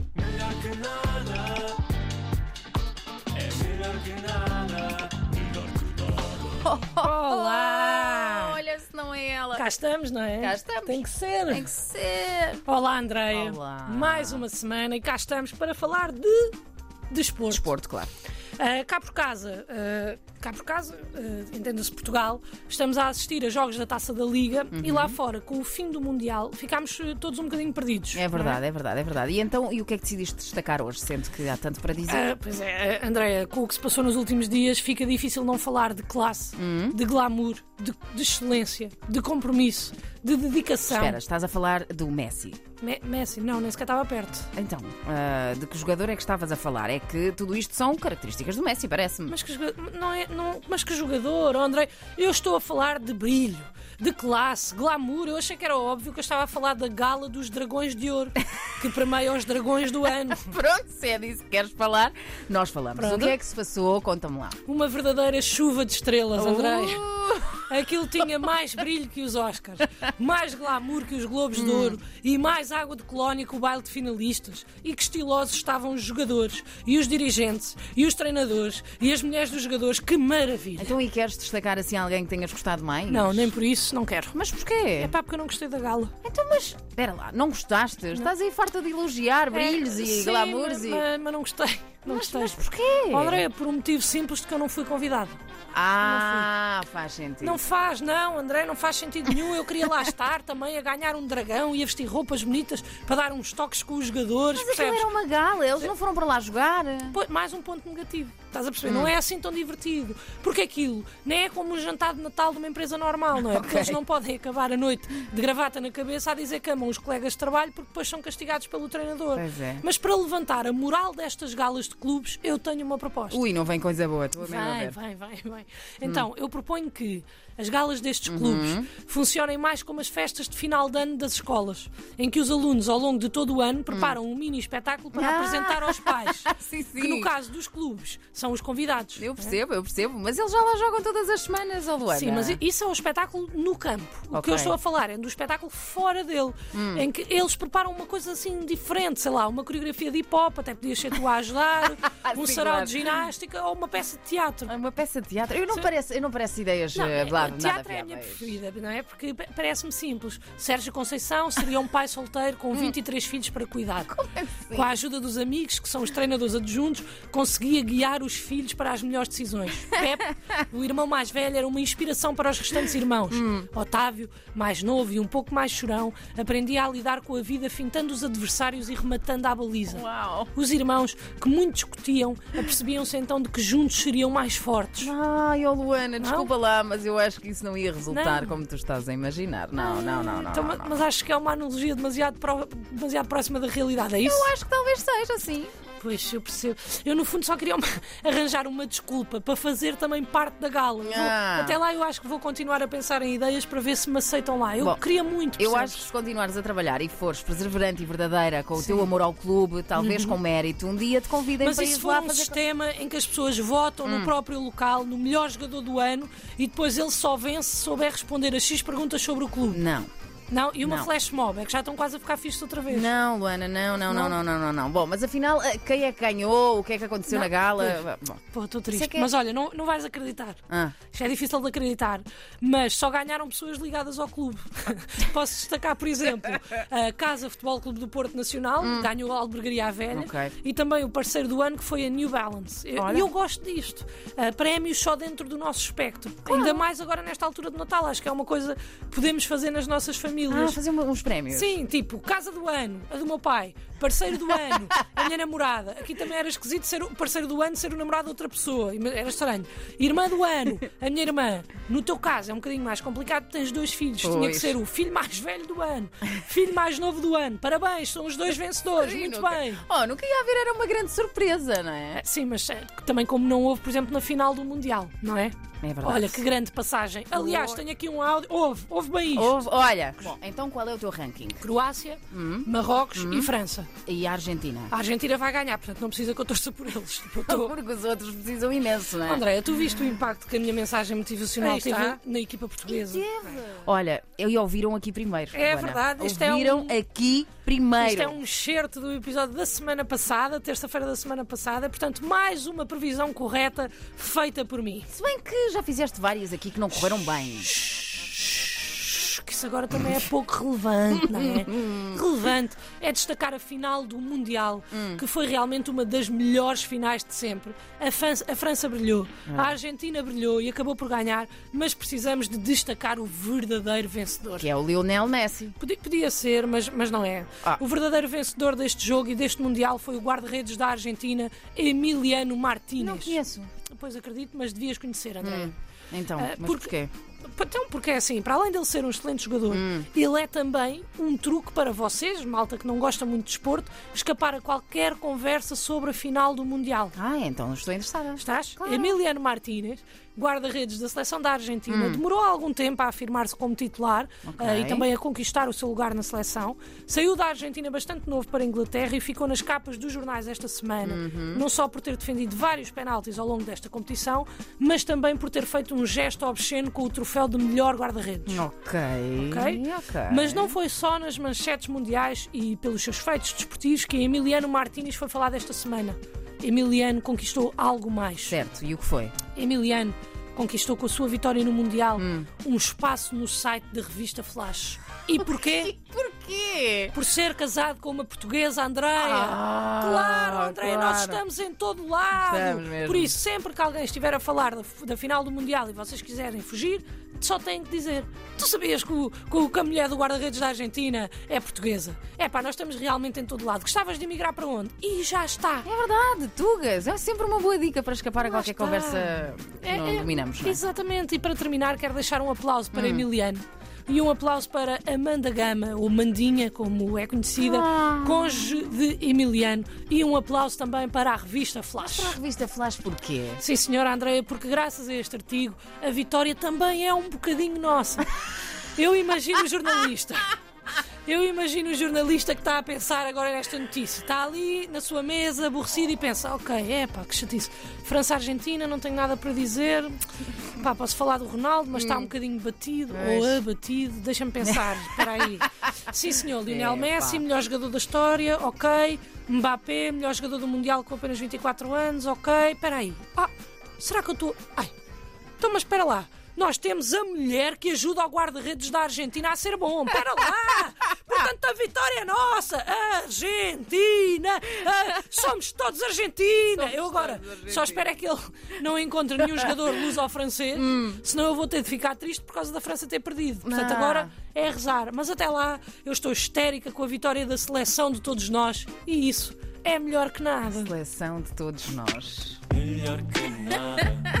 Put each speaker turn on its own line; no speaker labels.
que nada. É melhor que nada. Melhor que nada.
Olá!
Olha se não é ela.
Cá estamos, não é?
Cá estamos.
Tem que ser.
Tem que ser.
Olá, Andreia.
Olá.
Mais uma semana e cá estamos para falar de desporto.
Desporto, claro.
Ah, cá por casa, ah, cá por casa, ah, entenda-se Portugal, estamos a assistir a jogos da Taça da Liga e
Uhum.
lá fora, com o fim do Mundial, ficámos eh, todos um bocadinho perdidos.
É verdade, é verdade, é verdade. E então, e o que é que decidiste destacar hoje? Sendo que há tanto para dizer.
Ah, pois é, ah, Andréia, com o que se passou nos últimos dias, fica difícil não falar de classe,
Uhum.
de glamour, de, de excelência, de compromisso, de dedicação.
Espera, estás a falar do Messi.
Me- Messi, não, nem sequer estava perto.
Então, ah, de que jogador é que estavas a falar? É que tudo isto são características do Messi, parece-me.
Mas que, joga- não é, não, mas que jogador, oh, André? Eu estou a falar de brilho, de classe, glamour. Eu achei que era óbvio que eu estava a falar da gala dos dragões de ouro, que permeia os dragões do ano.
Pronto, se é disso que queres falar, nós falamos.
Pronto.
O que é que se passou? Conta-me lá.
Uma verdadeira chuva de estrelas, André.
Uh,
Aquilo tinha mais brilho que os Oscars, mais glamour que os Globos de Ouro e mais água de colónia que o baile de finalistas. E que estilosos estavam os jogadores, e os dirigentes, e os treinadores, e as mulheres dos jogadores. Que maravilha!
Então, e queres destacar assim alguém que tenhas gostado mais?
Não, nem por isso, não quero.
Mas porquê?
É pá, porque eu não gostei da gala.
Então, mas espera lá, não É, gostaste? Estás aí farta de elogiar brilhos e
Sim,
glamours
mas,
e.
Mas, mas não gostei. Não
Mas,
gostei.
mas porquê?
Oh, Andréia, por um motivo simples de que eu não fui convidado.
Ah, faz sentido.
Não faz, não, André, não faz sentido nenhum. Eu queria lá estar também a ganhar um dragão e a vestir roupas bonitas para dar uns toques com os jogadores.
mas aquilo
percebes?
era um uma gala, eles não foram para lá jogar.
Pô, mais um ponto negativo. Estás a perceber?
Hum.
Não é assim tão divertido. Porque aquilo nem é como um jantar de Natal de uma empresa normal, não é? Porque
Ok.
eles não podem acabar a noite de gravata na cabeça a dizer que amam os colegas de trabalho porque depois são castigados pelo treinador.
Pois é.
Mas para levantar a moral destas galas de clubes, eu tenho uma proposta.
Ui, não vem coisa boa, estou a mesmo a
Vai,
ver.
vai, vai,
Hum.
vai. Então, eu proponho que as galas destes
Uhum.
clubes funcionem mais como as festas de final de ano das escolas, em que os alunos, ao longo de todo o ano, preparam um mini espetáculo para
Hum. Ah.
apresentar aos pais.
Sim, sim.
Que no caso dos clubes são os convidados.
Eu percebo, eu percebo, mas eles já lá jogam todas as semanas, ou Luana?
Sim, mas isso é um espetáculo no campo. O que
Ok. Hum.
eu estou a falar é do espetáculo fora dele, em que eles preparam uma coisa assim diferente, sei lá, uma coreografia de hip hop, até podias ser tu a ajudar, um
Sim,
sarau
claro.
de ginástica ou uma peça de teatro.
É Uma peça de teatro. Eu não, parece, eu não parece ideias
Não,
eh,
é-
de lado, nada
teatro é a minha
viáveis.
preferida, não é? Porque pa- parece-me simples. Sérgio Conceição seria um pai solteiro
Hum.
com 23 filhos para cuidar. Com a ajuda dos amigos, que são os treinadores adjuntos, conseguia guiar os filhos para as melhores decisões. Pepe, o irmão mais velho, era uma inspiração para os restantes irmãos. Otávio, mais novo e um pouco mais chorão, aprendia a lidar com a vida fintando os adversários e rematando à baliza.
Uau!
Os irmãos, que muito discutiam, apercebiam-se então de que juntos seriam mais fortes.
Ai, oh Luana, desculpa lá, mas eu acho que isso não ia resultar
Não.
como tu estás a imaginar. Não, não, não, não.
Então,
não,
ma-
não.
Mas acho que é uma analogia demasiado, pro- demasiado próxima da realidade, é isso?
Eu acho que talvez seja, sim.
Pois, eu percebo. Eu, no fundo, só queria uma- arranjar uma desculpa para fazer também parte da gala. Vou-
Ah.
Até lá, eu acho que vou continuar a pensar em ideias para ver se me aceitam lá. Eu
Bom,
queria muito.
Eu
percebes?
acho que se continuares a trabalhar e fores perseverante e verdadeira com o teu amor ao clube, talvez com mérito, um dia te convidem
Uhum. Mas
para
isso
ir
foi
lá
um
fazer. Hum.
sistema em que as pessoas votam no próprio local, no melhor jogador do ano, e depois ele só vence se souber responder a X perguntas sobre o clube.
Não.
Não, e uma
Não.
flash mob, é que já estão quase a ficar fixe outra vez.
Não, Luana, não, não, não, não, não, não, não. Bom, mas afinal, eh, quem é que ganhou? O que é que aconteceu
Não,
na gala? Bom,
Pô, estou triste.
Sei que é-
Mas olha, não, não vais acreditar.
Ah.
Isto é difícil de acreditar. Mas só ganharam pessoas ligadas ao clube. Posso destacar, por exemplo, a Casa Futebol Clube do Porto Nacional, que ganhou a Albergaria à Velha,
Hum. Ok.
e também o parceiro do ano, que foi a New Balance. Eu-
Olha.
E eu gosto disto. Ah, prémios só dentro do nosso espectro. Ainda mais agora nesta altura de Natal. Acho que é uma coisa que podemos fazer nas nossas
ah,
famílias.
fazer um- uns prémios.
Sim, tipo, casa do ano, a do meu pai, parceiro do ano, a minha namorada. Aqui também era esquisito ser o parceiro do ano ser o namorado de outra pessoa. Ima- Era estranho. Irmã do ano, a minha irmã. No teu caso é um bocadinho mais complicado, tens dois filhos. Tinha que
Pois.
ser o filho mais velho do ano, filho mais novo do ano. Parabéns, são os dois vencedores.
Sim,
Muito
nunca-
bem.
Oh, nunca ia haver, era uma grande surpresa, não é?
É, Sim, mas é, também como não houve, por exemplo, na final do Mundial, não é?
É verdade.
Olha, que grande passagem. Aliás, tenho aqui um áudio. Ouve, ouve bem isto.
Houve- olha, bom, então qual é o teu ranking? Hum.
Croácia, Marrocos e França. Holanda.
E a Argentina?
A Argentina vai ganhar, portanto não precisa que eu torça por eles. Tipo, eu tô-
Porque os outros precisam imenso, não é?
Andréia, tu viste o impacto que a minha mensagem motivacional
Aí
teve
está.
na equipa portuguesa?
Olha, e ouviram aqui primeiro.
É
Joana.
verdade, isto é
ouviram
um-
aqui primeiro.
Isto é um excerto do episódio da semana passada, terça-feira da semana passada, portanto, mais uma previsão correta feita por mim.
Se bem que já fizeste várias aqui que não correram bem.
Que isso agora também é pouco relevante, não é? relevante é destacar a final do Mundial,
Hum.
que foi realmente uma das melhores finais de sempre. A França, a França brilhou,
É.
a Argentina brilhou e acabou por ganhar, mas precisamos de destacar o verdadeiro vencedor.
Que é o Lionel Messi.
Podia, podia ser, mas, mas não é.
Ah.
O verdadeiro vencedor deste jogo e deste Mundial foi o guarda-redes da Argentina, Emiliano Martínez.
Não conheço.
Pois acredito, mas devias conhecer, André.
Então,
Ah,
mas
porque-
porquê?
Então, porque é assim, para além dele ser um excelente jogador, ele é também um truque para vocês, malta que não gosta muito de desporto, escapar a qualquer conversa sobre a final do Mundial.
Ah, então estou interessada.
Estás? É
Claro.
Emiliano Martínez, guarda-redes da seleção da Argentina, demorou algum tempo a afirmar-se como titular
Hum. Ok.
eh, e também a conquistar o seu lugar na seleção. Saiu da Argentina bastante novo para a Inglaterra e ficou nas capas dos jornais esta semana,
Uhum.
não só por ter defendido vários penaltis ao longo desta competição, mas também por ter feito um gesto obsceno com o troféu de melhor guarda-redes.
Ok.
Ok?
ok.
Mas não foi só nas manchetes mundiais e pelos seus feitos desportivos que Emiliano Martínez foi falado esta semana. Emiliano conquistou algo mais.
Certo, e o que foi?
Emiliano conquistou com a sua vitória no Mundial
Hum.
um espaço no site da revista Flash. E porquê?
porquê?
Por ser casado com uma portuguesa, Andreia.
Ah,
claro, Andreia, nós
claro.
estamos em todo lado.
Estamos mesmo.
Por isso, sempre que alguém estiver a falar da, da final do Mundial e vocês quiserem fugir, só têm que dizer: Tu sabias que, o, que o- que a mulher do guarda-redes da Argentina é portuguesa? É pá, nós estamos realmente em todo lado. Gostavas de emigrar para onde? E já está.
É verdade, Tugas. É sempre uma boa dica para escapar a qualquer
está.
conversa que
É,
não
é,
dominamos. Não é? Hum.
Exatamente, e para terminar, quero deixar um aplauso para Emiliano. E um aplauso para Amanda Gama, ou Mandinha, como é conhecida,
Ah.
cônjuge de Emiliano. E um aplauso também para a revista
Para a
Flash.
revista Flash, porquê?
Sim, senhora Andreia, porque graças a este artigo, a vitória também é um bocadinho nossa. Eu imagino o jornalista. Eu imagino o jornalista que está a pensar agora nesta notícia. Está ali na sua mesa, aborrecido, e pensa: ok, é pá, que chatice. França-Argentina, não tenho nada para dizer. Pá, posso falar do Ronaldo, mas está um bocadinho batido ou
Pois.
abatido. Deixa-me pensar, espera aí. Sim, senhor, Lionel
É,
Messi,
pá.
melhor jogador da história, ok. Mbappé, melhor jogador do Mundial com apenas 24 anos, ok. Espera aí. Ah, será que eu estou. Ai, então, mas espera lá. Nós temos a mulher que ajuda ao guarda-redes da Argentina a ser bom. Espera lá! Portanto, a vitória é nossa! Argentina! Ah, somos todos Argentina! eu agora só espero é que ele não encontre nenhum jogador luz ao francês, senão eu vou ter de ficar triste por causa da França ter perdido. Portanto,
Ah.
agora é rezar. Mas até lá, eu estou histérica com a vitória da seleção de todos nós e isso é melhor que nada.
Seleção de todos nós.
Melhor que nada.